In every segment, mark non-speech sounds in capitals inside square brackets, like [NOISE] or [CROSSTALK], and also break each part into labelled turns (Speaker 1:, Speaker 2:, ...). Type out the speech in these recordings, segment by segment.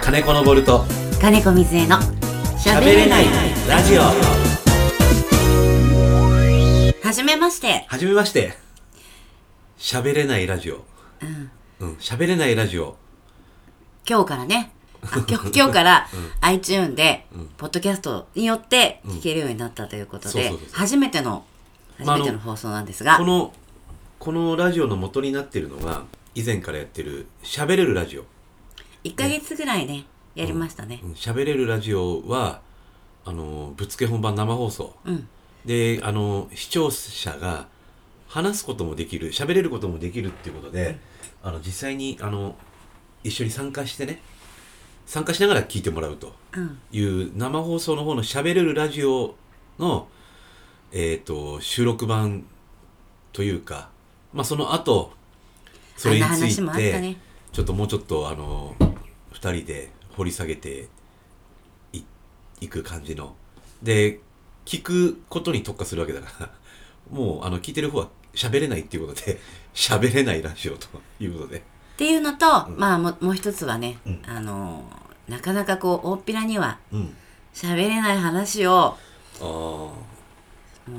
Speaker 1: 金子のボルト
Speaker 2: 金子水江のしゃ
Speaker 1: 喋
Speaker 2: べれ
Speaker 1: れな
Speaker 2: ないい
Speaker 1: ラジオ
Speaker 2: はじめまして
Speaker 1: はじめまして喋れないラジオ
Speaker 2: うん
Speaker 1: うん喋れないラジオ
Speaker 2: 今日からね
Speaker 1: [LAUGHS]
Speaker 2: あ今日今日から iTune で、ポッドキャストによって聞けるようになったということ
Speaker 1: そう
Speaker 2: で、
Speaker 1: そうそうそう
Speaker 2: 初めての
Speaker 1: まああの
Speaker 2: 初めての放送なんですが、
Speaker 1: このこのラジオの元になってるのが以前からやってる喋れるラジオ
Speaker 2: 1ヶ月ぐらいねやりましたね、
Speaker 1: うん喋れるラジオはあのぶっつけ本番生放送、
Speaker 2: うん
Speaker 1: であの視聴者が話すこともできる喋れることもできるっていうことで、あの実際にあの一緒に参加してね参加しながら聞いてもらうと
Speaker 2: うん
Speaker 1: いう生放送の方の喋れるラジオの、えー、と収録版というか、まあ、その後それにつ
Speaker 2: あんな話も
Speaker 1: い
Speaker 2: あった
Speaker 1: て、
Speaker 2: ね
Speaker 1: ちょっともうちょっとあの2人で掘り下げていいく感じので聞くことに特化するわけだから [LAUGHS] もうあの聞いてる方は喋れないっていうことで [LAUGHS] 喋れないラジオということで
Speaker 2: っていうのと、
Speaker 1: うん
Speaker 2: まあももう一つはね、
Speaker 1: うん
Speaker 2: あのなかなかこう大っぴらには
Speaker 1: うん
Speaker 2: 喋れない話を
Speaker 1: ああ
Speaker 2: もう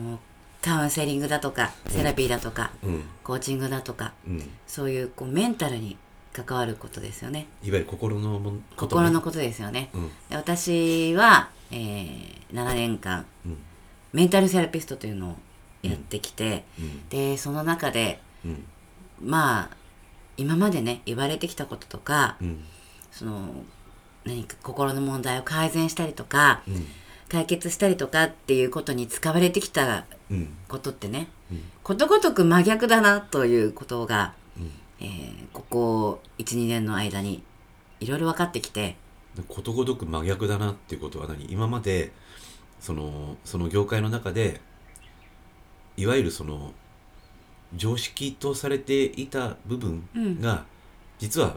Speaker 2: カウンセリングだとかセラピーだとか、
Speaker 1: うん
Speaker 2: コーチングだとか
Speaker 1: うん
Speaker 2: そういうこうメンタルに関わることですよね
Speaker 1: いわゆる心のもんことね
Speaker 2: 心のことですよね
Speaker 1: うん
Speaker 2: で私は、えー7年間
Speaker 1: うん
Speaker 2: メンタルセラピストというのをやってきて、
Speaker 1: うん
Speaker 2: でその中で
Speaker 1: うん
Speaker 2: まあ今までね言われてきたこととか
Speaker 1: うん
Speaker 2: その何か心の問題を改善したりとか
Speaker 1: うん
Speaker 2: 解決したりとかっていうことに使われてきた
Speaker 1: うん
Speaker 2: ことってね
Speaker 1: うん
Speaker 2: ことごとく真逆だなということが、
Speaker 1: うん
Speaker 2: えーここ12年の間にいろいろ分かってきて
Speaker 1: ことごとく真逆だなっていうことは何今までそのその業界の中でいわゆるその常識とされていた部分が、実は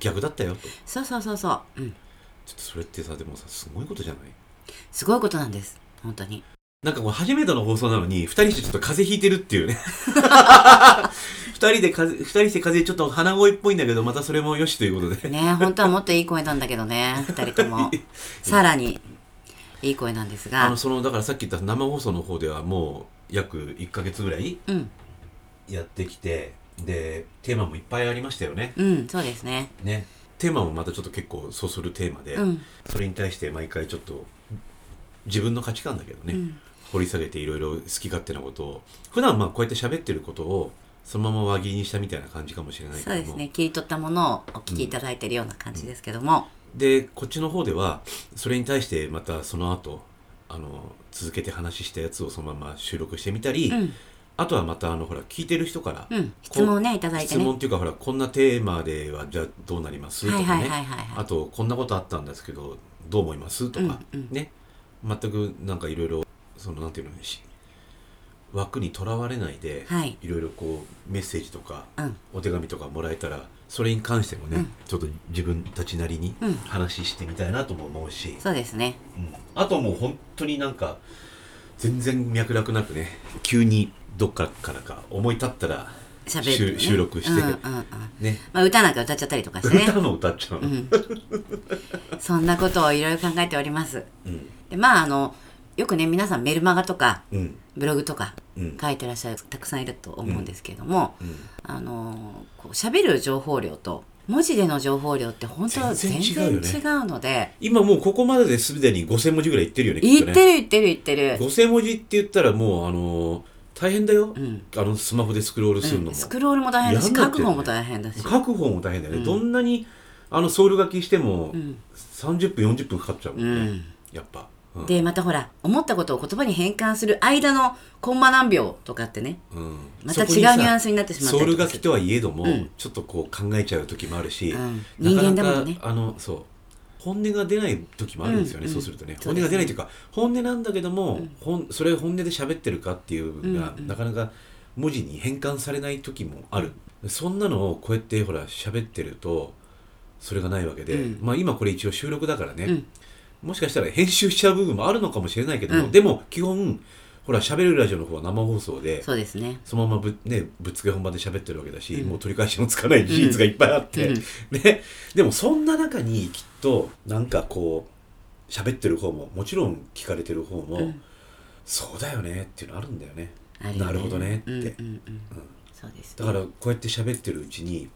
Speaker 1: 逆だったよとちょ
Speaker 2: そうそうそうそう、うん、
Speaker 1: っとそれってさでもさすごいことじゃない
Speaker 2: すごいことなんです本当に
Speaker 1: なんかこう初めての放送なのに2人してちょっと風邪ひいてるっていうね2人で風2人して風邪ちょっと鼻声っぽいんだけどまたそれもよしということで
Speaker 2: ね本当はもっといい声なんだけど
Speaker 1: [LAUGHS]
Speaker 2: ね二人ともさらにいい声なんです
Speaker 1: あ
Speaker 2: が
Speaker 1: のそのだからさっき言った生放送の方ではもう約1ヶ月ぐらい
Speaker 2: うん
Speaker 1: やってきてでテーマもいっぱいありましたよね
Speaker 2: うんそうですね
Speaker 1: ねテーマもまたちょっと結構そうするテーマで、
Speaker 2: うん
Speaker 1: それに対して毎回ちょっと自分の価値観だけどね、
Speaker 2: うん
Speaker 1: 掘り下げていろいろ好き勝手なことを普段まあこうやって喋ってることをそのまま輪切りにしたみたいな感じかもしれないけ
Speaker 2: そ
Speaker 1: ど
Speaker 2: う
Speaker 1: も
Speaker 2: ですね切り取ったものをお聞きいただいてるような感じですけども、
Speaker 1: でこっちの方ではそれに対してまたその後あの続けて話したやつをそのまま収録してみたり、
Speaker 2: うん
Speaker 1: あとはまたあのほら聞いてる人から、
Speaker 2: うん質問をねいただいて
Speaker 1: 質
Speaker 2: ね
Speaker 1: 問っていうかほらこんなテーマではじゃあどうなりますとか
Speaker 2: は
Speaker 1: ね、
Speaker 2: いはいはいはいは
Speaker 1: あとこんなことあったんですけどどう思いますとか、
Speaker 2: うんうん
Speaker 1: ね全くなんかいろいろそのなんていうのし枠にとらわれないで、
Speaker 2: いはい
Speaker 1: いろいろこうメッセージとか
Speaker 2: うん
Speaker 1: お手紙とかもらえたらそれに関してもね、
Speaker 2: うん
Speaker 1: ちょっと自分たちなりに
Speaker 2: うん
Speaker 1: 話してみたいなとも思うし、
Speaker 2: そうですね
Speaker 1: うんあともう本当になんか全然脈絡なくね急にどっかからか思い立ったら
Speaker 2: 喋る、
Speaker 1: 収
Speaker 2: ね、
Speaker 1: 収録して
Speaker 2: うんうんうん
Speaker 1: ね
Speaker 2: まあ、歌なんか歌っちゃったりとかしてね
Speaker 1: 歌の歌っちゃう
Speaker 2: う
Speaker 1: の、
Speaker 2: ん、そんなことをいろいろ考えております
Speaker 1: うん
Speaker 2: でまああのよくね皆さんメルマガとか
Speaker 1: うん
Speaker 2: ブログとか
Speaker 1: うん
Speaker 2: 書いてらっしゃるたくさんいると思うんですけれども、
Speaker 1: うん
Speaker 2: あのこう喋る情報量と文字での情報量って本当は全
Speaker 1: 全
Speaker 2: 然
Speaker 1: 然
Speaker 2: 違
Speaker 1: 違
Speaker 2: う
Speaker 1: うよね
Speaker 2: ので
Speaker 1: 今もうここまでですでに5000文字ぐらいいってるよねき
Speaker 2: 言
Speaker 1: っ
Speaker 2: っ
Speaker 1: と
Speaker 2: てる
Speaker 1: ね
Speaker 2: 言ってる言ってる、
Speaker 1: 5000文字って言ったらもうあのー大変だよ、
Speaker 2: うん
Speaker 1: あのスマホでスクロールするのも、
Speaker 2: スクロールも大変だし
Speaker 1: やんなって
Speaker 2: 覚悟も大変だし、
Speaker 1: 書く方も大変だよね、
Speaker 2: うん
Speaker 1: どんなにあのソウル書きしても
Speaker 2: うん
Speaker 1: 30分40分かかっちゃうも
Speaker 2: うん
Speaker 1: ね、
Speaker 2: ん、
Speaker 1: やっぱ、うん
Speaker 2: でまたほら思ったことを言葉に変換する間のコンマ何秒とかってね
Speaker 1: うん
Speaker 2: また違う
Speaker 1: そこにさ
Speaker 2: ニュアンスになってしまった
Speaker 1: ソウル
Speaker 2: りと
Speaker 1: 書
Speaker 2: か
Speaker 1: きとはいえども、
Speaker 2: うん
Speaker 1: ちょっとこう考えちゃう時もあるし、
Speaker 2: うん
Speaker 1: なかなか
Speaker 2: 人間だもんね
Speaker 1: あのそう本音が出ない時もあるんですよね、
Speaker 2: うんうん
Speaker 1: そうするとね
Speaker 2: そ
Speaker 1: 本
Speaker 2: う
Speaker 1: 音が
Speaker 2: ですね
Speaker 1: 出ないというか本音なんだけども、
Speaker 2: うん
Speaker 1: ほんそれ本音で喋ってるかっていうのが、
Speaker 2: うんうん
Speaker 1: なかなか文字に変換されない時もあるそんなのをこうやってほら喋ってるとそれがないわけで、
Speaker 2: うん
Speaker 1: まあ今これ一応収録だからね、
Speaker 2: うん
Speaker 1: もしかしたら編集しちゃう部分もあるのかもしれないけども、
Speaker 2: うん
Speaker 1: でも基本ほら喋るラジオの方は生放送で
Speaker 2: そうですね。
Speaker 1: そのままぶ,、ね、ぶっつけ本番で喋ってるわけだし、
Speaker 2: うん
Speaker 1: もう取り返しのつかない事実がいっぱいあって、
Speaker 2: うん
Speaker 1: [LAUGHS] ね、でもそんな中にきっとなんかこう喋ってる方ももちろん聞かれてる方も、
Speaker 2: うん
Speaker 1: そうだよねっていうのあるんだよね
Speaker 2: あよ
Speaker 1: なるほどねって、
Speaker 2: うんうんうんそうです、
Speaker 1: だからこうやって喋ってるうちに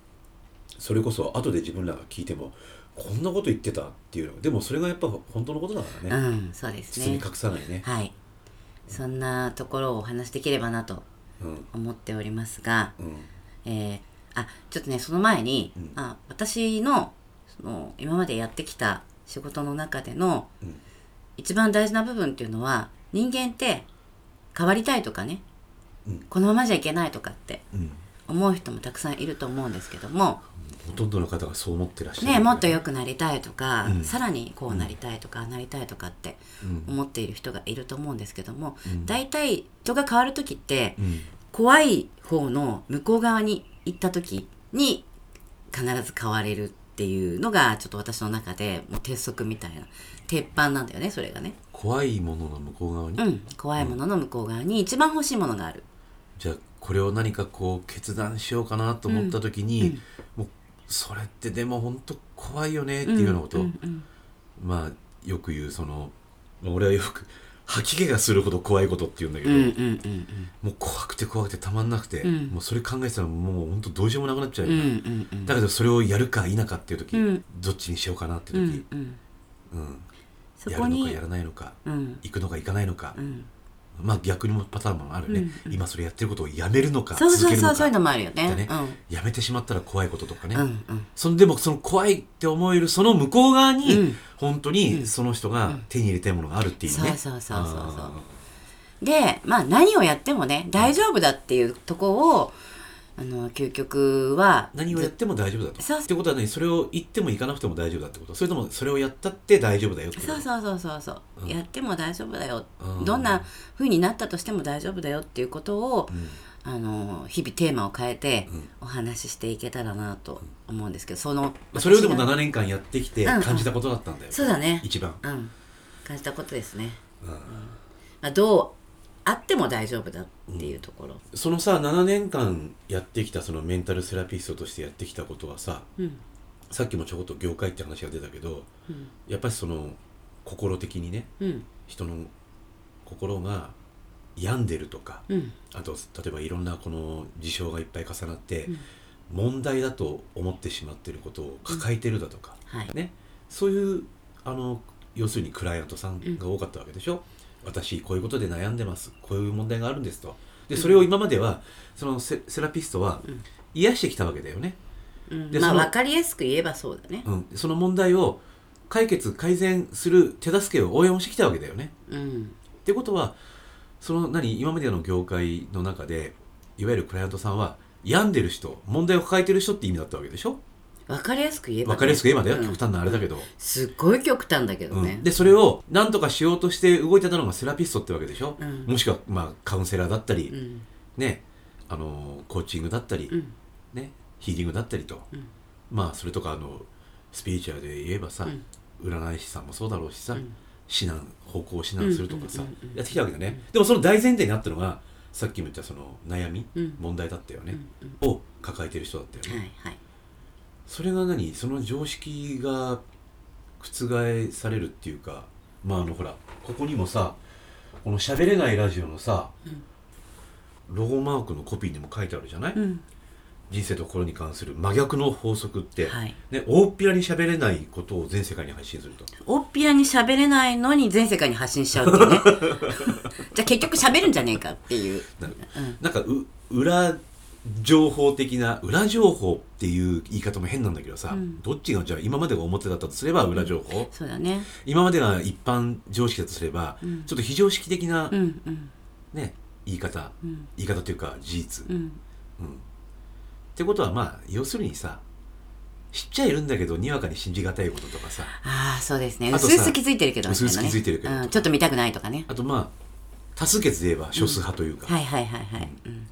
Speaker 1: それこそ後で自分らが聞いてもこんなこと言ってたっていうのでもそれがやっぱ本当のことだからね、
Speaker 2: うん、そうです
Speaker 1: 包み
Speaker 2: ね。
Speaker 1: 隠さないね、
Speaker 2: はい。そんなところをお話しできればなと
Speaker 1: うん
Speaker 2: 思っておりますが、
Speaker 1: うん
Speaker 2: えーあ、ちょっとね、その前に、
Speaker 1: うん
Speaker 2: あ私の、その、今までやってきた仕事の中での、
Speaker 1: うん
Speaker 2: 一番大事な部分っていうのは、人間って変わりたいとかね、
Speaker 1: うん
Speaker 2: このままじゃいけないとかって
Speaker 1: うん
Speaker 2: 思う人もたくさんいると思うんですけども、
Speaker 1: ほとんどの方がそう思ってらっしゃる
Speaker 2: ね、もっと良くなりたいとか、
Speaker 1: うん
Speaker 2: さらにこうなりたいとか、なりたいとかって
Speaker 1: うん
Speaker 2: 思っている人がいると思うんですけども、
Speaker 1: うん
Speaker 2: 大体人が変わる時って
Speaker 1: うん
Speaker 2: 怖い方の向こう側に行った時に必ず変われるっていうのがちょっと私の中でもう鉄則みたいな鉄板なんだよねそれがね
Speaker 1: 怖いものの向こう側に、
Speaker 2: うん怖いものの向こう側に一番欲しいものがある
Speaker 1: じゃあこれを何かこう決断しようかなと思った時に、もうそれってでも本当怖いよねっていうようなこと、
Speaker 2: んうん
Speaker 1: まあよく言うそのまあ俺はよく吐き気がするほど怖いことって言うんだけ
Speaker 2: う
Speaker 1: ど、
Speaker 2: んうんうんうん
Speaker 1: もう怖くて怖くてたまんなくて、
Speaker 2: うん
Speaker 1: もうそれ考えてたらもう本当どうしようもなくなっちゃう
Speaker 2: う
Speaker 1: よ
Speaker 2: ん
Speaker 1: な、
Speaker 2: うんうん
Speaker 1: だけどそれをやるか否かっていう時、
Speaker 2: うん
Speaker 1: どっちにしようかなって
Speaker 2: う
Speaker 1: いうん時、
Speaker 2: うん
Speaker 1: うん
Speaker 2: そ
Speaker 1: や
Speaker 2: こ
Speaker 1: るのか
Speaker 2: に
Speaker 1: やらないのか
Speaker 2: うん
Speaker 1: 行くのか行かないのか、
Speaker 2: うん
Speaker 1: まあ逆にもパターンもあるね、
Speaker 2: うんうん
Speaker 1: 今それやってることをやめるのか
Speaker 2: そう
Speaker 1: 続
Speaker 2: そう
Speaker 1: ける
Speaker 2: そ
Speaker 1: の
Speaker 2: うそういうの
Speaker 1: か
Speaker 2: もあるよね
Speaker 1: だね
Speaker 2: うん
Speaker 1: やめてしまったら怖いこととかね、
Speaker 2: うんうん
Speaker 1: そんでもその怖いって思えるその向こう側に、
Speaker 2: うん
Speaker 1: 本当にその人が手に入れたいものがあるっていうね、
Speaker 2: うんそうそうそうそうそう
Speaker 1: あ
Speaker 2: で、まあ何をやってもね、大丈夫だっていうとこを、あの、究極は、
Speaker 1: ー何をやっても大丈夫だと
Speaker 2: そう
Speaker 1: ってことはねそれを言っても行かなくても大丈夫だってことそれともそれをやったって大丈夫だよってこと
Speaker 2: そうそうそうそうそう、
Speaker 1: うん
Speaker 2: やっても大丈夫だよ、
Speaker 1: うん
Speaker 2: どんな風になったとしても大丈夫だよっていうことを、
Speaker 1: うん
Speaker 2: あの日々テーマを変えて
Speaker 1: うん
Speaker 2: お話ししていけたらなと思うんですけどその
Speaker 1: それをでも
Speaker 2: 私が
Speaker 1: 7年間やってきて
Speaker 2: うんうん
Speaker 1: 感じたことだったんだよ、
Speaker 2: そうだね
Speaker 1: 一番、
Speaker 2: うん感じたことですね、
Speaker 1: うん
Speaker 2: まあ、どうあっても大丈夫だっていうところ、
Speaker 1: そのさ7年間やってきたそのメンタルセラピストとしてやってきたことはさ
Speaker 2: うん
Speaker 1: さっきもちょこっと業界って話が出たけど
Speaker 2: うん
Speaker 1: やっぱりその心的にね
Speaker 2: うん
Speaker 1: 人の心が病んでるとか
Speaker 2: うん
Speaker 1: あと例えばいろんなこの事象がいっぱい重なって、
Speaker 2: うん
Speaker 1: 問題だと思ってしまってることを抱えてるだとか、
Speaker 2: はい
Speaker 1: ねそういうあの要するにクライアントさんが多かったわけでしょ、私こういうことで悩んでますこういう問題があるんですとでそれを今まではそのセセラピストは
Speaker 2: うん
Speaker 1: 癒してきたわけだよね、
Speaker 2: うん
Speaker 1: で
Speaker 2: まあ
Speaker 1: その
Speaker 2: 分かりやすく言えばそうだね
Speaker 1: うん、その問題を解決改善する手助けを応援をしてきたわけだよね
Speaker 2: うん
Speaker 1: ってことはその何今までの業界の中でいわゆるクライアントさんは病んでる人問題を抱えてる人って意味だったわけでしょ
Speaker 2: 分かりやすく言えばね、
Speaker 1: わかりやすく言えばだよ、
Speaker 2: うん
Speaker 1: 極端なあれだけど、
Speaker 2: すっごい極端だけど
Speaker 1: うん
Speaker 2: ね、
Speaker 1: でそれを何とかしようとして動いてたのがセラピストってわけでしょ、
Speaker 2: うん
Speaker 1: もしくは、まあ、カウンセラーだったり、
Speaker 2: うん
Speaker 1: ねあのーコーチングだったり、
Speaker 2: うん
Speaker 1: ね、ヒーリングだったりと、
Speaker 2: うん
Speaker 1: まあそれとかあのスピリチュアルで言えばさ、
Speaker 2: うん
Speaker 1: 占い師さんもそうだろうしさ、
Speaker 2: うん
Speaker 1: 指南方向を指南するとかさ、
Speaker 2: うんうんうんうん
Speaker 1: やってきたわけだね、でもその大前提になったのがさっきも言ったその悩み、
Speaker 2: うん
Speaker 1: 問題だったよね、
Speaker 2: うん
Speaker 1: を抱えてる人だったよね、
Speaker 2: はいはい
Speaker 1: それが何その常識が覆されるっていうかまああのほらここにもさこの「喋れないラジオ」のさ、
Speaker 2: うん
Speaker 1: ロゴマークのコピーにも書いてあるじゃない、
Speaker 2: うん
Speaker 1: 人生と心に関する真逆の法則って、
Speaker 2: はい
Speaker 1: ね、大っぴらに喋れないことを全世界に配信すると
Speaker 2: おっぴらに喋れないのに全世界に発信しちゃうっていう
Speaker 1: [LAUGHS]
Speaker 2: ねじゃあ結局喋るんじゃねえかっていう
Speaker 1: なる
Speaker 2: うん
Speaker 1: なんかう裏情報的な裏情報っていう言い方も変なんだけどさ、
Speaker 2: うん
Speaker 1: どっちがじゃあ今までが表だったとすれば裏情報、
Speaker 2: そうだね
Speaker 1: 今までが一般常識だとすれば、
Speaker 2: うん
Speaker 1: ちょっと非常識的な、
Speaker 2: うんうん
Speaker 1: ね、言い方
Speaker 2: うん
Speaker 1: 言い方というか事実、
Speaker 2: う
Speaker 1: っ
Speaker 2: ん
Speaker 1: てことはまあ要するにさ知っちゃいるんだけどにわかに信じがたいこととかさ
Speaker 2: ああそうですね
Speaker 1: あと
Speaker 2: 薄
Speaker 1: さ
Speaker 2: 々気づいてるけどみたいなね
Speaker 1: 薄々気づいてるけど
Speaker 2: うん、ちょっと見たくないとかね
Speaker 1: あとまあ多数決で言えば少数派というか、
Speaker 2: はいはいはいはいうん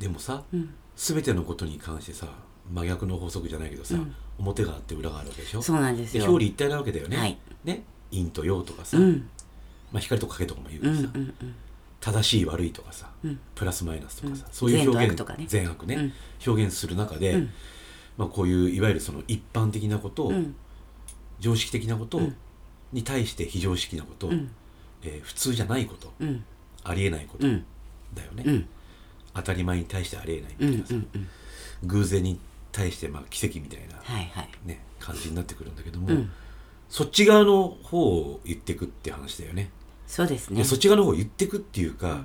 Speaker 1: でもさ
Speaker 2: うん
Speaker 1: 全てのことに関してさ真逆の法則じゃないけどさ、
Speaker 2: うん
Speaker 1: 表があって裏があるわけでしょ
Speaker 2: そうなんです
Speaker 1: で
Speaker 2: よ
Speaker 1: 表裏一体なわけだよね、
Speaker 2: はい
Speaker 1: ね陰と陽とかさ、
Speaker 2: うん
Speaker 1: まあ、光と影とかも言う
Speaker 2: う
Speaker 1: け
Speaker 2: ん
Speaker 1: ど
Speaker 2: う
Speaker 1: さ、
Speaker 2: んうん
Speaker 1: 正しい悪いとかさ、
Speaker 2: うん
Speaker 1: プラスマイナスとかさ、
Speaker 2: うん
Speaker 1: そういう表現
Speaker 2: 善悪とかね
Speaker 1: 善悪ね、
Speaker 2: うん
Speaker 1: 表現する中で、
Speaker 2: うん
Speaker 1: まあ、こういういわゆるその一般的なことを、
Speaker 2: うん
Speaker 1: 常識的なことを
Speaker 2: うん
Speaker 1: に対して非常識なこと、
Speaker 2: うん
Speaker 1: えー普通じゃないこと、
Speaker 2: うん
Speaker 1: ありえないこと
Speaker 2: う
Speaker 1: だ
Speaker 2: ん
Speaker 1: よね、
Speaker 2: うん
Speaker 1: 当たり前に対してありえない
Speaker 2: うんう
Speaker 1: みたい
Speaker 2: ん
Speaker 1: な
Speaker 2: う
Speaker 1: さ、
Speaker 2: んうん
Speaker 1: 偶然に対してまあ奇跡みたいな、
Speaker 2: はいはい
Speaker 1: ね、感じになってくるんだけども、
Speaker 2: うん
Speaker 1: そっち側の方を言ってくって話だよね。
Speaker 2: そうです
Speaker 1: いや
Speaker 2: ね
Speaker 1: そっち側の方を言ってくっていうか、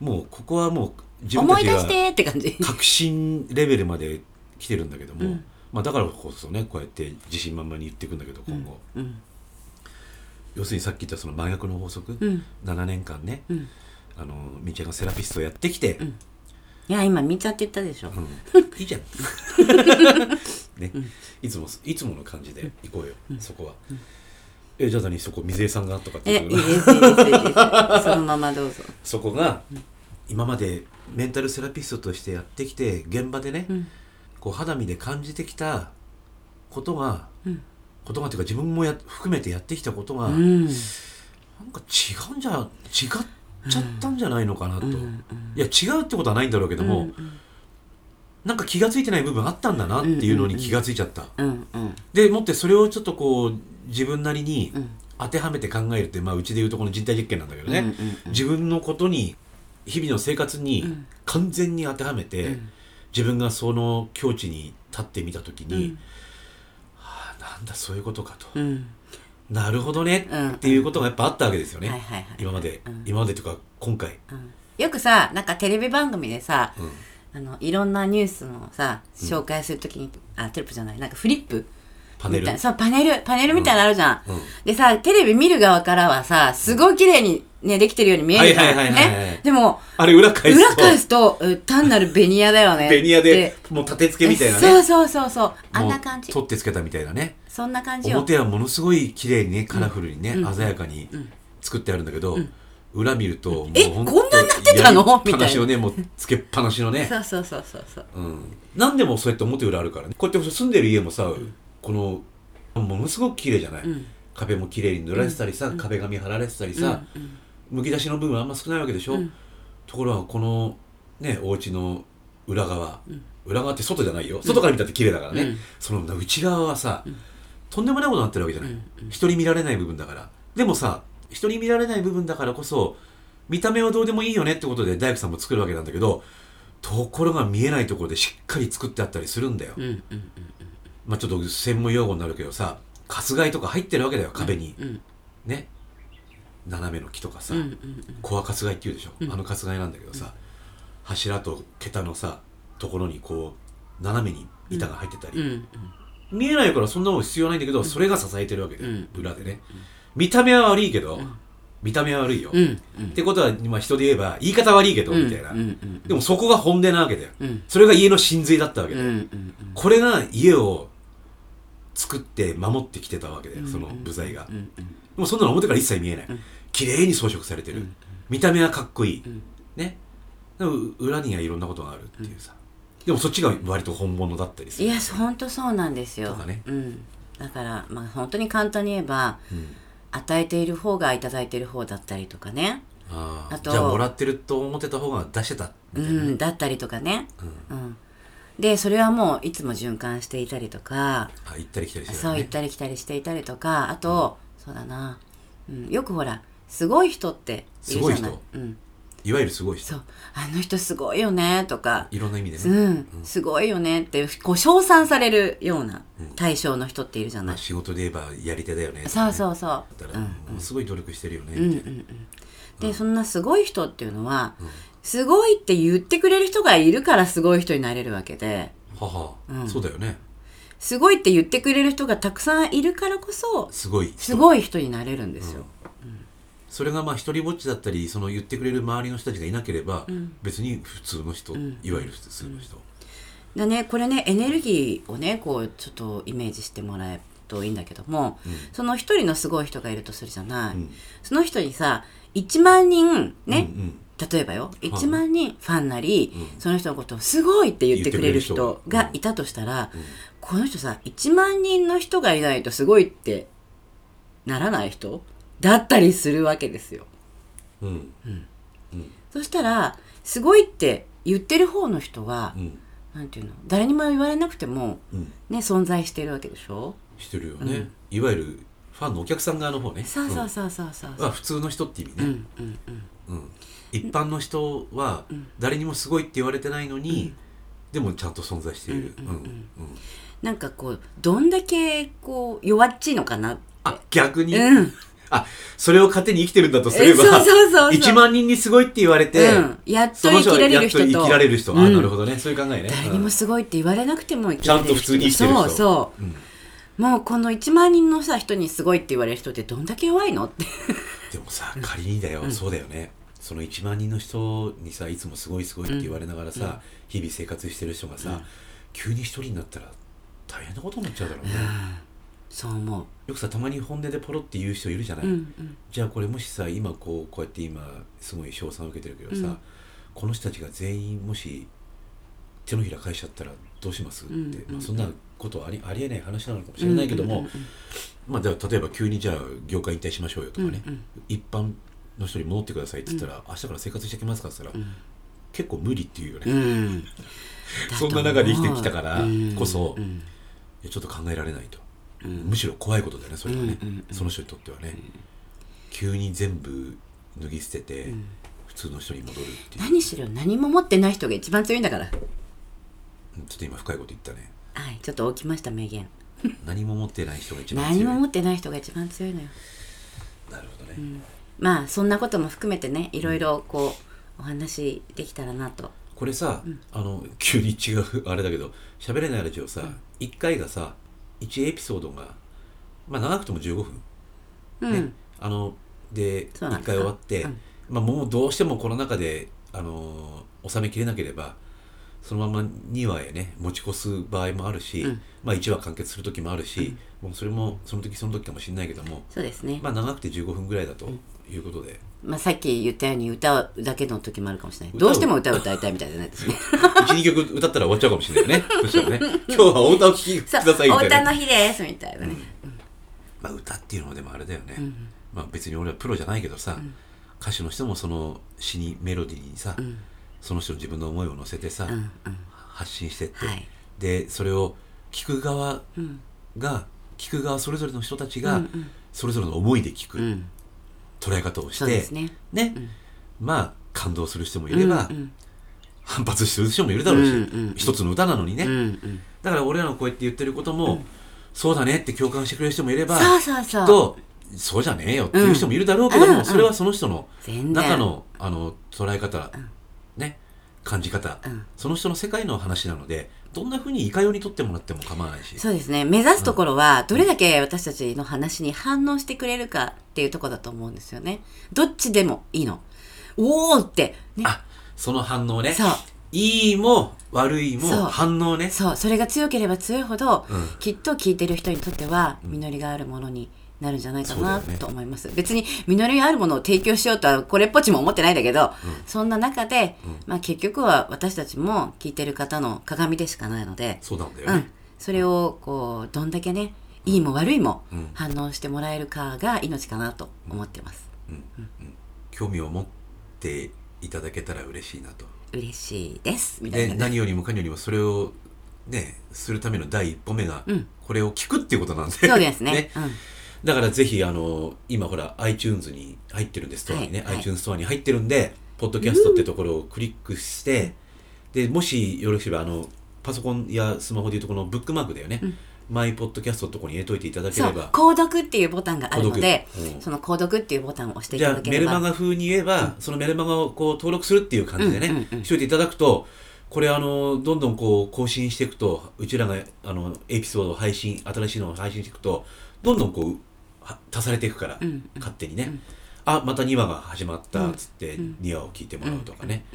Speaker 1: もうここはもう自分
Speaker 2: 思
Speaker 1: た
Speaker 2: い
Speaker 1: ち
Speaker 2: 出
Speaker 1: が
Speaker 2: してって感じ
Speaker 1: 確信レベルまで来てるんだけども、
Speaker 2: うん
Speaker 1: まあ、だからこそねこうやって自信満々に言ってくんだけど今後、
Speaker 2: うん
Speaker 1: 要するにさっき言ったその真逆の法則、
Speaker 2: うん
Speaker 1: 7年間ね、
Speaker 2: うん
Speaker 1: あのみーちゃんがセラピストをやってきて、
Speaker 2: んいや今見ちゃって言ったでしょ
Speaker 1: うんいいじゃん [LAUGHS] ね、いつもいつもの感じで行こうよ、そこは、えじゃあ何そこ水江さんがとかって
Speaker 2: えい
Speaker 1: い
Speaker 2: いうで
Speaker 1: [LAUGHS]
Speaker 2: すいいですいいですそのままどうぞ
Speaker 1: そこが今までメンタルセラピストとしてやってきて現場でね、
Speaker 2: うん
Speaker 1: こう肌身で感じてきたことが、
Speaker 2: うん
Speaker 1: ことがっていうか自分もや含めてやってきたことが、
Speaker 2: う
Speaker 1: なん
Speaker 2: ん
Speaker 1: か違うんじゃ違っちゃったんじゃないのかなと、
Speaker 2: うんう
Speaker 1: い
Speaker 2: ん
Speaker 1: や違うってことはないんだろうけども、
Speaker 2: うん
Speaker 1: なんか気が付いてない部分あったんだなっていうのに気が付いちゃった、
Speaker 2: うんうん
Speaker 1: でもってそれをちょっとこう自分なりに
Speaker 2: うん
Speaker 1: 当てはめて考えるって、まあ、うちでいうとこの人体実験なんだけどね、
Speaker 2: うんうんうん
Speaker 1: 自分のことに日々の生活
Speaker 2: う
Speaker 1: に
Speaker 2: ん
Speaker 1: 完全に当てはめて、
Speaker 2: うん
Speaker 1: 自分がその境地に立ってみた時に、
Speaker 2: うん
Speaker 1: はあなんだそういうことかと、
Speaker 2: うん
Speaker 1: なるほどね、
Speaker 2: うん
Speaker 1: っていうことがやっぱあったわけですよね、
Speaker 2: はいはいはい
Speaker 1: 今まで、
Speaker 2: うん
Speaker 1: 今までというか今回、
Speaker 2: うんよくさなんかテレビ番組でさ
Speaker 1: うん
Speaker 2: あのいろんなニュースのさ紹介するときに、あテロップじゃないなんかフリップ
Speaker 1: パネ
Speaker 2: み
Speaker 1: ル
Speaker 2: たいなそうパネルパネルみたいなのあるじゃん、
Speaker 1: うんうん
Speaker 2: でさテレビ見る側からはさすごい綺麗にねできてるように見えるじゃん、
Speaker 1: はいはいはいはいはい
Speaker 2: ねでも
Speaker 1: あれ裏返すと
Speaker 2: 裏返すとう単なるベニヤだよね
Speaker 1: ベニヤ
Speaker 2: って
Speaker 1: でもう立て付けみたいなね
Speaker 2: そうそうそうそうあんな
Speaker 1: もう
Speaker 2: 感じ
Speaker 1: 取ってつけたみたいなね
Speaker 2: そんな感じよ
Speaker 1: 表はものすごい綺麗にねカラフルにね、
Speaker 2: うん
Speaker 1: 鮮やかに作ってあるんだけど、裏見るともう
Speaker 2: え
Speaker 1: ほと
Speaker 2: こんなになってたの
Speaker 1: やりっ
Speaker 2: み
Speaker 1: ぱ
Speaker 2: た
Speaker 1: ないし
Speaker 2: な
Speaker 1: をねもうつけっぱなしのね
Speaker 2: そうそうそうそうそう
Speaker 1: うん、何でもそうやって表裏あるからねこうやって住んでる家もさ、このものすごく綺麗じゃない、
Speaker 2: うん
Speaker 1: 壁も綺麗に塗られてたりさ、壁紙貼られてたりさ、
Speaker 2: うんうん
Speaker 1: むき出しの部分はあんま少ないわけでしょ、
Speaker 2: うん
Speaker 1: ところがこのねお家の裏側、裏側って外じゃないよ外から見たって綺麗だからね、
Speaker 2: うん
Speaker 1: その内側はさ、とんでもないことになってるわけじゃない、人に見られない部分だからでもさ人に見られない部分だからこそ見た目はどうでもいいよねってことで大工さんも作るわけなんだけどところが見えないところでしっかり作ってあったりするんだよ、
Speaker 2: うんうん
Speaker 1: まあちょっと専門用語になるけどさかすがいとか入ってるわけだよ壁に、
Speaker 2: うん
Speaker 1: ね斜めの木とかさ、
Speaker 2: うんうんうん
Speaker 1: コアカスガイっていうでしょ、あのカスガイなんだけどさ、柱と桁のさところにこう斜めに板が入ってたり、
Speaker 2: うんうん
Speaker 1: 見えないからそんなもん必要ないんだけど、それが支えてるわけで、
Speaker 2: うん
Speaker 1: 裏でね見た目は悪いけど、見た目は悪いよ、
Speaker 2: う
Speaker 1: っ
Speaker 2: んうん
Speaker 1: てことは、まあ、人で言えば言い方悪いけど、みたいな、
Speaker 2: うんうん
Speaker 1: でもそこが本音なわけだよ、
Speaker 2: うん
Speaker 1: それが家の真髄だったわけ
Speaker 2: うん
Speaker 1: だ
Speaker 2: う
Speaker 1: よ、
Speaker 2: んうん
Speaker 1: これが家を作って守ってきてたわけだよその部材が、
Speaker 2: うんうん
Speaker 1: でもそんなの表から一切見えない、綺麗に装飾されてる、見た目はかっこいい、ねでも裏にはいろんなことがあるっていうさ、でもそっちが割と本物だったりす
Speaker 2: い
Speaker 1: る
Speaker 2: や本当そうなんですよ
Speaker 1: とかね
Speaker 2: うん、だから、まあ、本当に簡単に言えば、
Speaker 1: ん
Speaker 2: 与えている方がいただいている方だったりとかね、
Speaker 1: あー
Speaker 2: あと
Speaker 1: じゃあもらってると思ってた方が出してた
Speaker 2: う
Speaker 1: みたいな、
Speaker 2: ん、だったりとかね、
Speaker 1: うん
Speaker 2: うん、でそれはもういつも循環していたりとか、
Speaker 1: あ行ったり来たりしてる
Speaker 2: そ
Speaker 1: よ
Speaker 2: う行
Speaker 1: ね
Speaker 2: ったり来たりしていたりとかあと、そうだな、うん、よくほらすごい人っているじゃない
Speaker 1: すごい人
Speaker 2: うん、
Speaker 1: いわゆるすごい人
Speaker 2: そうあの人すごいよねとか
Speaker 1: いろんな意味でね、
Speaker 2: うん、すごいよねってこう称賛されるような対象の人っているじゃな
Speaker 1: ま
Speaker 2: い
Speaker 1: あ、、仕事で言えばやり手だよね
Speaker 2: そう
Speaker 1: う
Speaker 2: そうそう
Speaker 1: だったら、ものすごい努力してるよね、
Speaker 2: うん
Speaker 1: み
Speaker 2: うん
Speaker 1: た
Speaker 2: う、
Speaker 1: いなん
Speaker 2: でそんなすごい人っていうのは、すごいって言ってくれる人がいるからすごい人になれるわけで
Speaker 1: はは、
Speaker 2: うん
Speaker 1: そうだよね
Speaker 2: すごいって言ってくれる人がたくさんいるからこそ
Speaker 1: すごい人
Speaker 2: すごい人になれるんですよ。
Speaker 1: それがまあ一人ぼっちだったりその言ってくれる周りの人たちがいなければ、別に普通の人、いわゆる普通の人、
Speaker 2: だねこれねエネルギーをねこうちょっとイメージしてもらえるといいんだけども、その一人のすごい人がいるとするじゃない、
Speaker 1: ん
Speaker 2: その人にさ1万人ね、
Speaker 1: うんうん
Speaker 2: 例えばよ1万人ファンなり、その人のことをすごいって言ってくれる人がいたとしたら、この人さ1万人の人がいないとすごいってならない人だったりするわけですよ。
Speaker 1: うんうん
Speaker 2: そしたらすごいって言ってる方の人は、
Speaker 1: うん
Speaker 2: なんていうの誰にも言われなくても
Speaker 1: うん
Speaker 2: ね存在してるわけでしょ
Speaker 1: してるよね、
Speaker 2: うん
Speaker 1: いわゆるファンのお客さん側の方ね
Speaker 2: さあさ
Speaker 1: う
Speaker 2: あ
Speaker 1: ん
Speaker 2: さあさあさあ
Speaker 1: は普通の人って意味
Speaker 2: う
Speaker 1: ね、
Speaker 2: んうんう
Speaker 1: う
Speaker 2: ん
Speaker 1: ん、一般の人は誰にもすごいって言われてないのに、でもちゃんと存在している、
Speaker 2: う
Speaker 1: うんん
Speaker 2: う
Speaker 1: うんん
Speaker 2: うんなんかこうどんだけこう弱っちいのかな
Speaker 1: あ逆に、
Speaker 2: うん
Speaker 1: あそれを糧に生きてるんだとす
Speaker 2: え
Speaker 1: れば
Speaker 2: そうそうそうそう
Speaker 1: 1万人にすごいって言われて、
Speaker 2: うん、やっと
Speaker 1: その
Speaker 2: 生
Speaker 1: 人は
Speaker 2: きられ
Speaker 1: や
Speaker 2: る
Speaker 1: っ
Speaker 2: 人
Speaker 1: と
Speaker 2: と
Speaker 1: 生きられる人、
Speaker 2: う
Speaker 1: あ
Speaker 2: ん
Speaker 1: なるほどねそういう考えね
Speaker 2: 誰にもすごいって言われなくても生き
Speaker 1: ちゃ
Speaker 2: られ
Speaker 1: ん
Speaker 2: る
Speaker 1: と
Speaker 2: 人
Speaker 1: 普通に生きてる人
Speaker 2: そうそ
Speaker 1: うん、うん
Speaker 2: うもうこの1万人のさ人にすごいって言われる人ってどんだけ弱いのって
Speaker 1: でもさ仮にだよ、そうだよねその1万人の人にさいつもすごいすごいって言われながらさ、日々生活してる人がさ、急に一人になったら大変なことになっちゃうだろうね、
Speaker 2: そう思
Speaker 1: よくさたまに本音でポロって言う人いるじゃな
Speaker 2: う
Speaker 1: い、
Speaker 2: うんうん
Speaker 1: じゃあこれもしさ今こうこうやって今すごい称賛を受けてるけどさ、
Speaker 2: うん
Speaker 1: この人たちが全員もし手のひら返しちゃったらどうしますって、
Speaker 2: うんうんうん
Speaker 1: まあ、そんなことはありありえない話なのかもしれないけども、
Speaker 2: うんうんうん
Speaker 1: まあ、では例えば急にじゃあ業界引退しましょうよとかね、
Speaker 2: うんうん
Speaker 1: 一般の人に戻ってくださいって言ったら、明日から生活してきますかって言ったら、
Speaker 2: ん
Speaker 1: 結構無理っていうよね、
Speaker 2: う
Speaker 1: い
Speaker 2: ん、
Speaker 1: そんな中で生きてきたからこそ
Speaker 2: うん
Speaker 1: やちょっと考えられないと、
Speaker 2: うん
Speaker 1: むしろ怖いことだよねそれはね、
Speaker 2: うんうんうん
Speaker 1: その人にとってはね、急に全部脱ぎ捨てて、
Speaker 2: ん
Speaker 1: 普通の人に戻るっていう、
Speaker 2: 何しろ何も持ってない人が一番強いんだから
Speaker 1: うんちょっと今深いこと言ったね
Speaker 2: はいちょっと起きました名言
Speaker 1: 何も持ってない人が一番強い
Speaker 2: 何も持ってない人が一番強いのよ
Speaker 1: なるほどね、
Speaker 2: まあそんなことも含めてねいろいろこうお話できたらなと
Speaker 1: これさ、あの急に違うあれだけど喋れないラジオさ、一1回がさ1エピソードがまあ長くても15分、
Speaker 2: うん、
Speaker 1: ねあので
Speaker 2: そうなん
Speaker 1: 1
Speaker 2: です
Speaker 1: 回終わって、
Speaker 2: うん
Speaker 1: まあ、もうどうしてもこの中であの収めきれなければそのまま2話へね持ち越す場合もあるし、
Speaker 2: うん
Speaker 1: まあ、1話完結する時もあるし、もうそれもその時その時かもしれないけども、
Speaker 2: そうですねま
Speaker 1: まあ、長くて15分ぐらいだということで、
Speaker 2: あさっき言ったように歌うだけの時もあるかもしれない
Speaker 1: 歌う
Speaker 2: どうしても歌を歌いたいみたいじゃないです
Speaker 1: [LAUGHS]
Speaker 2: ね
Speaker 1: 12曲歌ったら終わっちゃうかもしれ
Speaker 2: [LAUGHS]
Speaker 1: ないよねそしたらね今日はお歌を聴きく
Speaker 2: そ
Speaker 1: だ
Speaker 2: う
Speaker 1: さいみ
Speaker 2: お
Speaker 1: たいな
Speaker 2: 歌の日ですみたいなね、
Speaker 1: まあ、歌っていうのもでもあれだよね、まあ、別に俺はプロじゃないけどさ、歌手の人もその詩にメロディーにさ、その人の自分の思いを乗せてさ、
Speaker 2: うんうん
Speaker 1: 発信してって、
Speaker 2: はい
Speaker 1: でそれを聞く側
Speaker 2: うん
Speaker 1: が聞く側それぞれの人たち
Speaker 2: う
Speaker 1: が
Speaker 2: んうん
Speaker 1: それぞれの思いで聞く、
Speaker 2: うん
Speaker 1: 捉え方をして
Speaker 2: そうですね
Speaker 1: ねまあ感動する人もいれば、
Speaker 2: うんうん
Speaker 1: 反発する人もいるだろうし、
Speaker 2: うんうんうん
Speaker 1: 一つの歌なのにね、
Speaker 2: うんうん
Speaker 1: だから俺らのこうやって言ってることも、そうだねって共感してくれる人もいれば
Speaker 2: そうそうそう
Speaker 1: とそうじゃねえよっていう人もいるだろうけども、
Speaker 2: うんうん
Speaker 1: それはその人の
Speaker 2: 全然
Speaker 1: 中のあの捉え方、ね感じ方、
Speaker 2: うん
Speaker 1: その人の世界の話なのでどんなふうにいかようにとってもらっても構わないし
Speaker 2: そうですね目指すところはどれだけ私たちの話に反応してくれるかっていうところだと思うんですよねどっちでもいいのおおってね
Speaker 1: あその反応ね
Speaker 2: そう
Speaker 1: いいも悪いも
Speaker 2: そう
Speaker 1: 反応ね
Speaker 2: そうそれが強ければ強いほど、
Speaker 1: うん
Speaker 2: きっと聞いてる人にとっては実りがあるものになるんじゃないか
Speaker 1: そうだ
Speaker 2: な
Speaker 1: よね
Speaker 2: と思います、別に実りがあるものを提供しようとはこれっぽっちも思ってないんだけど、そんな中で、まあ、結局は私たちも聞いてる方の鏡でしかないので、
Speaker 1: そうなんだよ
Speaker 2: う
Speaker 1: ね、
Speaker 2: ん、それをこうどんだけねいいも悪いも
Speaker 1: うん
Speaker 2: 反応してもらえるかが命かなと思ってます
Speaker 1: 興味を持っていただけたら嬉しいなと
Speaker 2: 嬉しいですみたい
Speaker 1: で
Speaker 2: なね
Speaker 1: 何よりもかによりもそれをねするための第一歩目が、
Speaker 2: うん
Speaker 1: これを聞くっていうことなんで
Speaker 2: そうで
Speaker 1: [LAUGHS]
Speaker 2: すねうん、
Speaker 1: だからぜひあの今ほら iTunes に入ってるんでストアにね、
Speaker 2: はいはい
Speaker 1: iTunes ストアに入ってるんでポッドキャストってところをクリックして、でもしよろしければあのパソコンやスマホでいうとこのブックマークだよね、マイポッドキャストのところに入れといていただけ
Speaker 2: そ
Speaker 1: れ
Speaker 2: う
Speaker 1: ば
Speaker 2: 購読っていうボタンがあるので
Speaker 1: 購読うん
Speaker 2: その購読っていうボタンを押してい
Speaker 1: じ
Speaker 2: た
Speaker 1: ゃ
Speaker 2: だ
Speaker 1: あ
Speaker 2: け
Speaker 1: メ
Speaker 2: れ
Speaker 1: ル
Speaker 2: ば
Speaker 1: マガ風に言えば、そのメルマガをこう登録するっていう感じでね、
Speaker 2: うんうんうん
Speaker 1: しといていただくとこれあのどんどんこう更新していくとうちらがあのエピソードを配信新しいのを配信していくとどんどんこうは足されていくから、
Speaker 2: うんうん
Speaker 1: 勝手にね、あまた2話が始まったっつって2話を聞いてもらうとかね、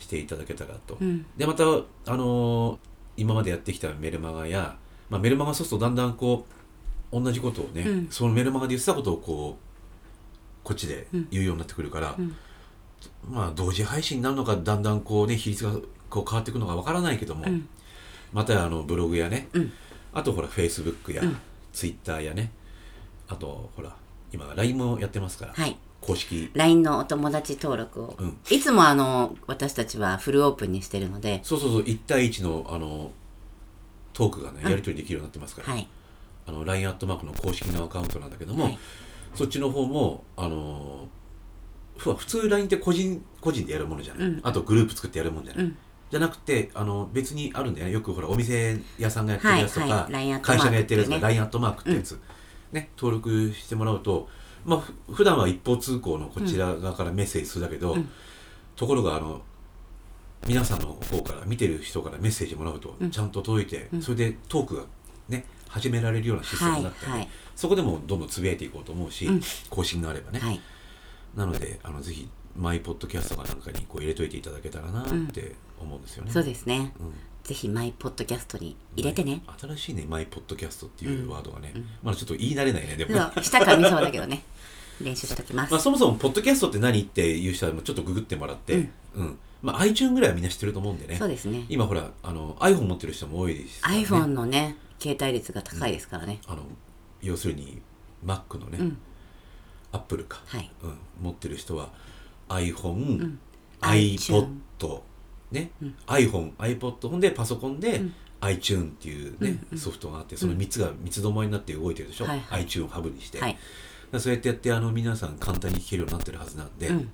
Speaker 1: していただけたらと、
Speaker 2: うん
Speaker 1: でまたあのー今までやってきたメルマガや、まあ、メルマガそうするとだんだんこう同じことをね、
Speaker 2: うん
Speaker 1: そのメルマガで言ってたことをこうこっちで言うようになってくるから、
Speaker 2: うん
Speaker 1: まあ同時配信になるのかだんだんこうね比率がこう変わっていくのかわからないけども、
Speaker 2: うん
Speaker 1: またあのブログやね、
Speaker 2: うん
Speaker 1: あとほらフェイスブックや
Speaker 2: うん
Speaker 1: ツイッターやねあとほら今 LINE もやってますから、
Speaker 2: はい
Speaker 1: 公式
Speaker 2: LINE のお友達登録を、
Speaker 1: うん
Speaker 2: いつもあの私たちはフルオープンにしてるので、
Speaker 1: そうそうそう1対1のあのトークがね
Speaker 2: うん
Speaker 1: やり取りできるようになってますから、
Speaker 2: はい、
Speaker 1: あの LINE アットマークの公式のアカウントなんだけども、
Speaker 2: はい
Speaker 1: そっちの方もあのふわ普通 LINE って個人個人でやるものじゃない、
Speaker 2: うん
Speaker 1: あとグループ作ってやるもんじゃない、
Speaker 2: うん
Speaker 1: じゃなくてあの別にあるんだよねよくほらお店屋さんがやってるやつとか、
Speaker 2: はいはい LINE アットマーク
Speaker 1: 会社がやってるやつと
Speaker 2: ね
Speaker 1: か LINE アットマークってやつ、ね登録してもらうとまあふ普段は一方通行のこちら側からメッセージするだけど、
Speaker 2: うん
Speaker 1: ところがあの皆さんの方から見てる人からメッセージもらうと
Speaker 2: うん
Speaker 1: ちゃんと届いて、
Speaker 2: うん
Speaker 1: それでトークがね始められるようなシステム
Speaker 2: は
Speaker 1: に
Speaker 2: い
Speaker 1: なって、
Speaker 2: はい
Speaker 1: そこでもどんどんつぶやいていこうと思うし、
Speaker 2: うん
Speaker 1: 更新があればね、
Speaker 2: はい
Speaker 1: なのであのぜひマイポッドキャストかなんかにこう入れといていただけたらなって思うんですよね。
Speaker 2: そうですね
Speaker 1: うん
Speaker 2: ぜひマイポッドキャストに入れてね、
Speaker 1: 新しいねマイポッドキャストっていうワードがね、
Speaker 2: うんうん
Speaker 1: まだちょっと言い慣れないねでもね
Speaker 2: そうしたか見そうだけどね練習しときます、
Speaker 1: まあ、そもそもポッドキャストって何っていう人はちょっとググってもらって、
Speaker 2: うん
Speaker 1: うんまあ、iTune ぐらいはみんな知ってると思うんでね
Speaker 2: そうですね
Speaker 1: 今ほらあの iPhone 持ってる人も多いですからね
Speaker 2: iPhone のね携帯率が高いですからね、
Speaker 1: あの要するに Mac のね、
Speaker 2: うん
Speaker 1: Apple か、
Speaker 2: はい
Speaker 1: うん、持ってる人は iPhone、
Speaker 2: ん
Speaker 1: iPod ね、
Speaker 2: うん
Speaker 1: iPhone、iPod ほんでパソコンで、
Speaker 2: うん
Speaker 1: iTune っていうね、
Speaker 2: うん
Speaker 1: ソフトがあってその3つが三つどもえになって動いてるでしょ、
Speaker 2: はいは
Speaker 1: iTune をハブにして、
Speaker 2: はい
Speaker 1: だからそうやってやってあの皆さん簡単に聴けるようになってるはずなんで、
Speaker 2: うん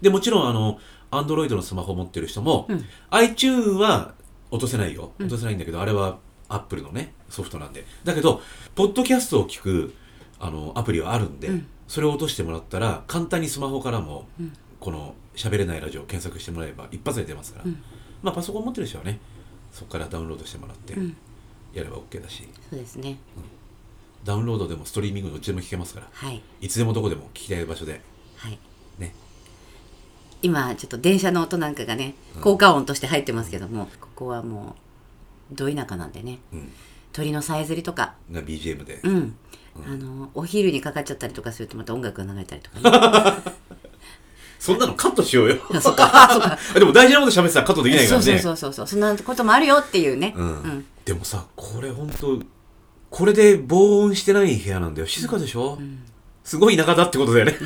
Speaker 1: でもちろんあの Android のスマホ持ってる人も、
Speaker 2: うん
Speaker 1: iTune は落とせないよ
Speaker 2: うん
Speaker 1: 落とせないんだけど、あれは Apple のねソフトなんでだけどポッドキャストを聞くあのアプリはあるんで、
Speaker 2: うん
Speaker 1: それを落としてもらったら簡単にスマホからも、
Speaker 2: うん
Speaker 1: この「喋れないラジオ」検索してもらえば一発で出ますから、
Speaker 2: うん
Speaker 1: まあパソコン持ってる人はねそこからダウンロードしてもらって
Speaker 2: うん
Speaker 1: やれば OK だし、
Speaker 2: そうですね
Speaker 1: ダウンロードでもストリーミングどっちでも聞けますから
Speaker 2: はい
Speaker 1: いつでもどこでも聞きたい場所で
Speaker 2: はい
Speaker 1: ね
Speaker 2: 今ちょっと電車の音なんかがね効果音として入ってますけども、ここはもうど田舎なんでね
Speaker 1: うん
Speaker 2: 鳥のさえずりとか
Speaker 1: が BGM で、
Speaker 2: うん、あのお昼にかかっちゃったりとかするとまた音楽が流れたりとか、ね、
Speaker 1: そんなのカットしようよ
Speaker 2: そ
Speaker 1: [LAUGHS]
Speaker 2: っかそっか
Speaker 1: でも大事なこと喋ってたらカットで [LAUGHS] きないか
Speaker 2: そ
Speaker 1: ら
Speaker 2: う
Speaker 1: ね
Speaker 2: そうそうそうそうそんなこともあるよっていうね、
Speaker 1: うんでもさこれ本当これで防音してない部屋なんだよ静かでしょ、
Speaker 2: ん
Speaker 1: すごい田舎だってことだよね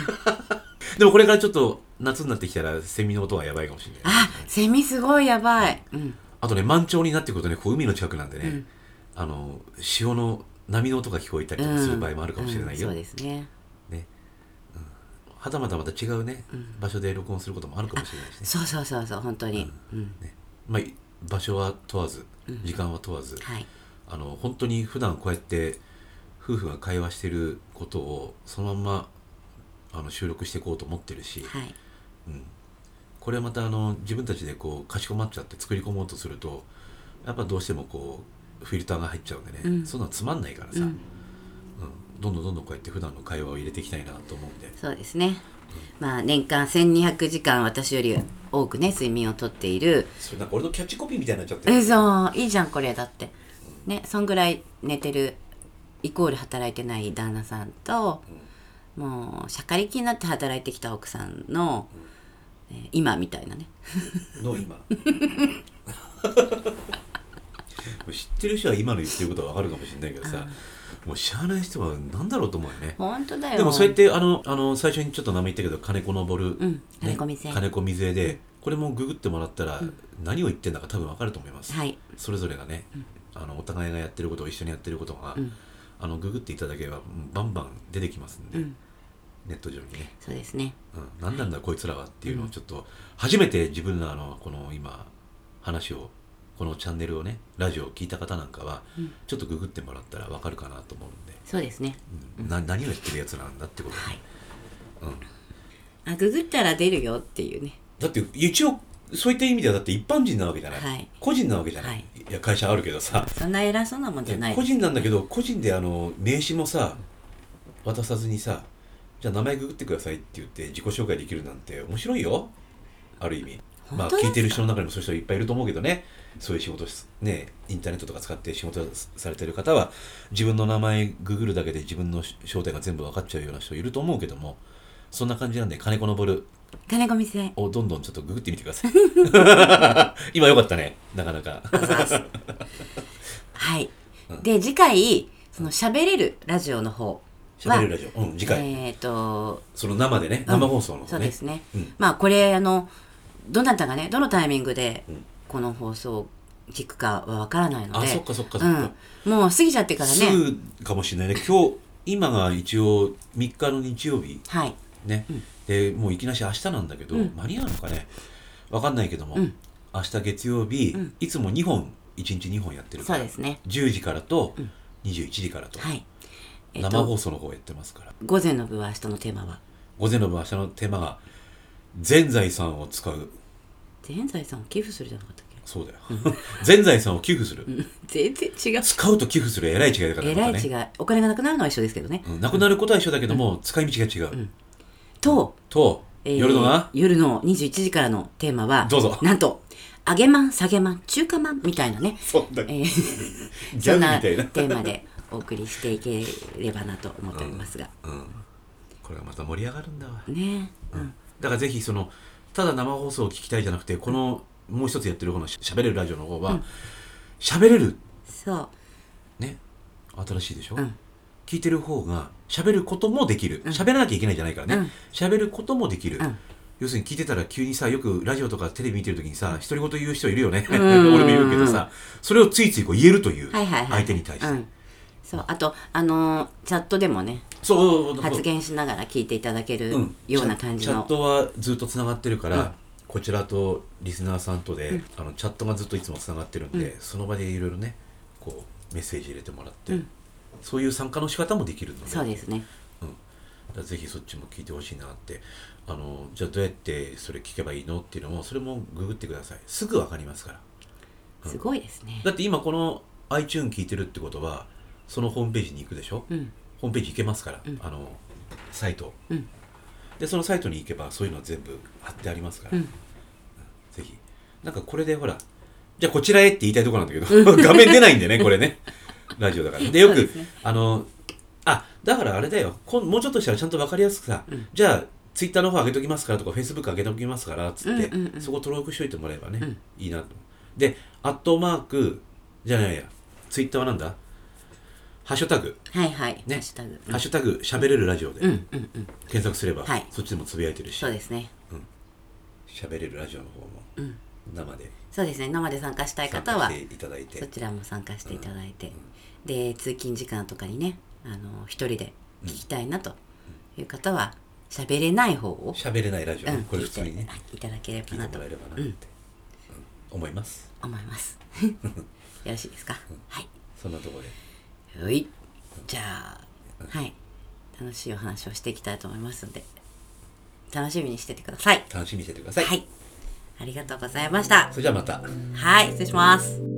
Speaker 1: [LAUGHS] でもこれからちょっと夏になってきたらセミの音がやばいかもしれない
Speaker 2: あセミすごいやばい、うん、
Speaker 1: あとね満潮になってくるとねこう海の近くなんでね、
Speaker 2: うん
Speaker 1: あの潮の波の音が聞こえたりとかする場合もあるかもしれないよ、
Speaker 2: うんそうですね
Speaker 1: はたまたまた違うね、場所で録音することもあるかもしれないしね
Speaker 2: そうそうそうそう本当に、うん
Speaker 1: まあ、い場所は問わず時間は問わず、
Speaker 2: はい
Speaker 1: あの本当に普段こうやって夫婦が会話してることをそのまんまあの収録していこうと思ってるし、
Speaker 2: はい
Speaker 1: これはまたあの自分たちでこうかしこまっちゃって作り込もうとするとやっぱどうしてもこうフィルターが入っちゃうんでね、
Speaker 2: うん
Speaker 1: そんなのつまんないからさ、
Speaker 2: う
Speaker 1: うんんどんどんどんどんこうやって普段の会話を入れていきたいなと思うんで
Speaker 2: そうですねまあ年間1200時間私より多くね睡眠をとっている
Speaker 1: それなんか俺のキャッチコピーみたいになっちゃって
Speaker 2: えそういいじゃんこれだってねそんぐらい寝てるイコール働いてない旦那さんと、もうしゃかりきになって働いてきた奥さんの、えー今みたいなね
Speaker 1: の
Speaker 2: [LAUGHS]
Speaker 1: 今知ってる人は今の言ってることはわかるかもしれないけどさもう知らない人は何だろうと思うよね
Speaker 2: 本当だよ
Speaker 1: でもそうやってあのあの最初にちょっと名前言ったけど金子昇る、
Speaker 2: うん金子
Speaker 1: ね
Speaker 2: 水江
Speaker 1: 金子水江でこれもググってもらったら何を言ってんだか多分わかると思います、
Speaker 2: はい
Speaker 1: それぞれがね、あのお互いがやってることを一緒にやってることが、
Speaker 2: うん
Speaker 1: あのググっていただければうんバンバン出てきますんで、
Speaker 2: うん
Speaker 1: ネット上にね
Speaker 2: そうですね
Speaker 1: うん、何なんだこいつらはっていうのをちょっと初めて自分らのこの今話をこのチャンネルをねラジオを聞いた方なんかはちょっとググってもらったらわかるかなと思うんで、
Speaker 2: そうですね
Speaker 1: うんな何をやってるやつなんだってこと、
Speaker 2: はい
Speaker 1: うん、
Speaker 2: あググったら出るよっていうね
Speaker 1: だって一応そういった意味ではだって一般人なわけじゃない、
Speaker 2: はい
Speaker 1: 個人なわけじゃない、
Speaker 2: はい
Speaker 1: い、や会社あるけどさ
Speaker 2: そんな偉そうなもんじゃない
Speaker 1: 個人なんだけど個人であの名刺もさ渡さずにさじゃあ名前ググってくださいって言って自己紹介できるなんて面白いよある意味ま
Speaker 2: 本
Speaker 1: あ
Speaker 2: 当ですか
Speaker 1: 聞いてる人の中にもそういう人いっぱいいると思うけどねそういう仕事しねインターネットとか使って仕事されてる方は自分の名前ググるだけで自分の正体が全部分かっちゃうような人いると思うけどもそんな感じなんで金子昇る
Speaker 2: 金子
Speaker 1: [LAUGHS]
Speaker 2: 水江
Speaker 1: をどんどんちょっとググってみてくだ
Speaker 2: [LAUGHS]
Speaker 1: さい今よかったねなかなか
Speaker 2: はいで次回その喋れるラジオの方
Speaker 1: しゃべるラジオ、うん、次回、
Speaker 2: えっ、と、
Speaker 1: その生でね生放送のね、
Speaker 2: そうですね。
Speaker 1: うん
Speaker 2: まあこれあのどなたがねどのタイミングで
Speaker 1: うん
Speaker 2: この放送を聞くかはわからないの
Speaker 1: あ
Speaker 2: で、
Speaker 1: そっかそっかそっか、
Speaker 2: うん、もう過ぎちゃってから
Speaker 1: す
Speaker 2: ね。
Speaker 1: ぐかもしれないね今日今が一応3日の日曜日
Speaker 2: はい。
Speaker 1: ね、でもういきなし明日なんだけど、
Speaker 2: うん
Speaker 1: 間に合うのかねわかんないけども、
Speaker 2: うん
Speaker 1: 明日月曜日、
Speaker 2: うん
Speaker 1: いつも2本1日2本やってるか
Speaker 2: そう
Speaker 1: ら
Speaker 2: ですね。
Speaker 1: 10時からと
Speaker 2: うん
Speaker 1: 21時からと、
Speaker 2: はい。えっ、
Speaker 1: 生放
Speaker 2: と
Speaker 1: 送の方やってますから
Speaker 2: 午前の部は明日のテーマは
Speaker 1: 午前の部明日のテーマが「全財産を使う
Speaker 2: 全財産を寄付するじゃなかったっ」
Speaker 1: そうだよ [LAUGHS] 全財産を寄付する
Speaker 2: け？ [LAUGHS] 全然違う。
Speaker 1: 使うと寄付するえらい違いだからね
Speaker 2: えらい
Speaker 1: また
Speaker 2: 違
Speaker 1: ね
Speaker 2: う。お金がなくなるのは一緒ですけどね。
Speaker 1: うんなくなることは一緒だけども、使い道が違う、
Speaker 2: んと、
Speaker 1: と、
Speaker 2: えー
Speaker 1: 夜のな
Speaker 2: 夜の21時からのテーマは
Speaker 1: どうぞ
Speaker 2: なんと揚げまん下げまん中華まんみたいなね、
Speaker 1: そんな
Speaker 2: えー
Speaker 1: [LAUGHS] ギャ
Speaker 2: そ
Speaker 1: グ
Speaker 2: ん
Speaker 1: み
Speaker 2: な
Speaker 1: た
Speaker 2: テ
Speaker 1: いな
Speaker 2: ーマでお送りしていければなと思っておりますが、
Speaker 1: うん、これがまた盛り上がるんだわ、
Speaker 2: ねえ、
Speaker 1: うんだからぜひそのただ生放送を聞きたいじゃなくてこのもう一つやってる方のししゃべれるラジオの方はしゃべれる
Speaker 2: そう
Speaker 1: ね新しいでしょ、
Speaker 2: うん
Speaker 1: 聞いてる方がしゃべることもできるしゃべらなきゃいけないじゃないから
Speaker 2: う
Speaker 1: ね
Speaker 2: ん
Speaker 1: しゃべることもできる、
Speaker 2: うん
Speaker 1: 要するに聞いてたら急にさよくラジオとかテレビ見てる時にさ独り言言う人いるよね
Speaker 2: ん
Speaker 1: [LAUGHS] 俺も言うけどさそれをついついこう言えるという
Speaker 2: はいはいはい
Speaker 1: 相手に対して、
Speaker 2: うん、そうあとあのーチャットでもね
Speaker 1: そうそう
Speaker 2: 発言しながら聞いていただける
Speaker 1: うん
Speaker 2: ような感じ
Speaker 1: チャチャッ
Speaker 2: の、
Speaker 1: トはずっとつながってるから、
Speaker 2: うん
Speaker 1: こちらとリスナーさんとで、あのチャットがずっといつもつながってるんで、その場でいろいろねこうメッセージ入れてもらって、
Speaker 2: うん
Speaker 1: そういう参加の仕方もできるので
Speaker 2: そうですね
Speaker 1: うん、だからぜひそっちも聞いてほしいなってあのじゃあどうやってそれ聞けばいいのっていうのもそれもググってくださいすぐわかりますから
Speaker 2: すごいですね
Speaker 1: だって今この iTune 聞いてるってことはそのホームページに行くでしょ、
Speaker 2: うん
Speaker 1: ホームページ行けますから、
Speaker 2: ん
Speaker 1: あのサイト、
Speaker 2: うん
Speaker 1: でそのサイトに行けばそういうのは全部貼ってありますから、
Speaker 2: うん
Speaker 1: ぜひなんかこれでほらじゃあこちらへって言いたいところなんだ
Speaker 2: [LAUGHS]
Speaker 1: けど画面出ないんでねこれねラジオだからでよ
Speaker 2: そ
Speaker 1: く
Speaker 2: うですね
Speaker 1: あのあだからあれだよこんもうちょっとしたらちゃんと分かりやすくさ、
Speaker 2: うん
Speaker 1: じゃあツイッターの方上げときますからとかフェイスブック上げときますからっつって、
Speaker 2: うんうんうん
Speaker 1: そこ登録しといてもらえばね、
Speaker 2: うん
Speaker 1: いいなとでアットマークじゃないやツイッターはなんだハッシュタグ
Speaker 2: はいはい、
Speaker 1: ね
Speaker 2: ハッシュタグ、うん
Speaker 1: ハッシュタグしゃべれるラジオで
Speaker 2: うんうんうん
Speaker 1: 検索すれば、
Speaker 2: はい
Speaker 1: そっちでもつぶやいてるし
Speaker 2: そうですね
Speaker 1: しゃべれるラジオの方も
Speaker 2: うん
Speaker 1: 生で
Speaker 2: そうですね生で参加したい
Speaker 1: 参
Speaker 2: 方
Speaker 1: 加し
Speaker 2: は
Speaker 1: ていただいて
Speaker 2: そちらも参加していただいて、で通勤時間とかにねあの一人で聞きたいなという方は喋れない方を、
Speaker 1: しゃべれないラジオ、
Speaker 2: うん、
Speaker 1: これ普通にね
Speaker 2: 聞いていただければ
Speaker 1: 聞い
Speaker 2: な
Speaker 1: て
Speaker 2: と
Speaker 1: もらえればなって、うん思います
Speaker 2: 思います
Speaker 1: [LAUGHS]
Speaker 2: よろしいですか、はい
Speaker 1: そんなところで
Speaker 2: ほいじゃあはい楽しいお話をしていきたいと思いますので楽しみにしててください
Speaker 1: 楽しみにしててください、
Speaker 2: はいありがとうございました
Speaker 1: それじゃあまた
Speaker 2: はい失礼します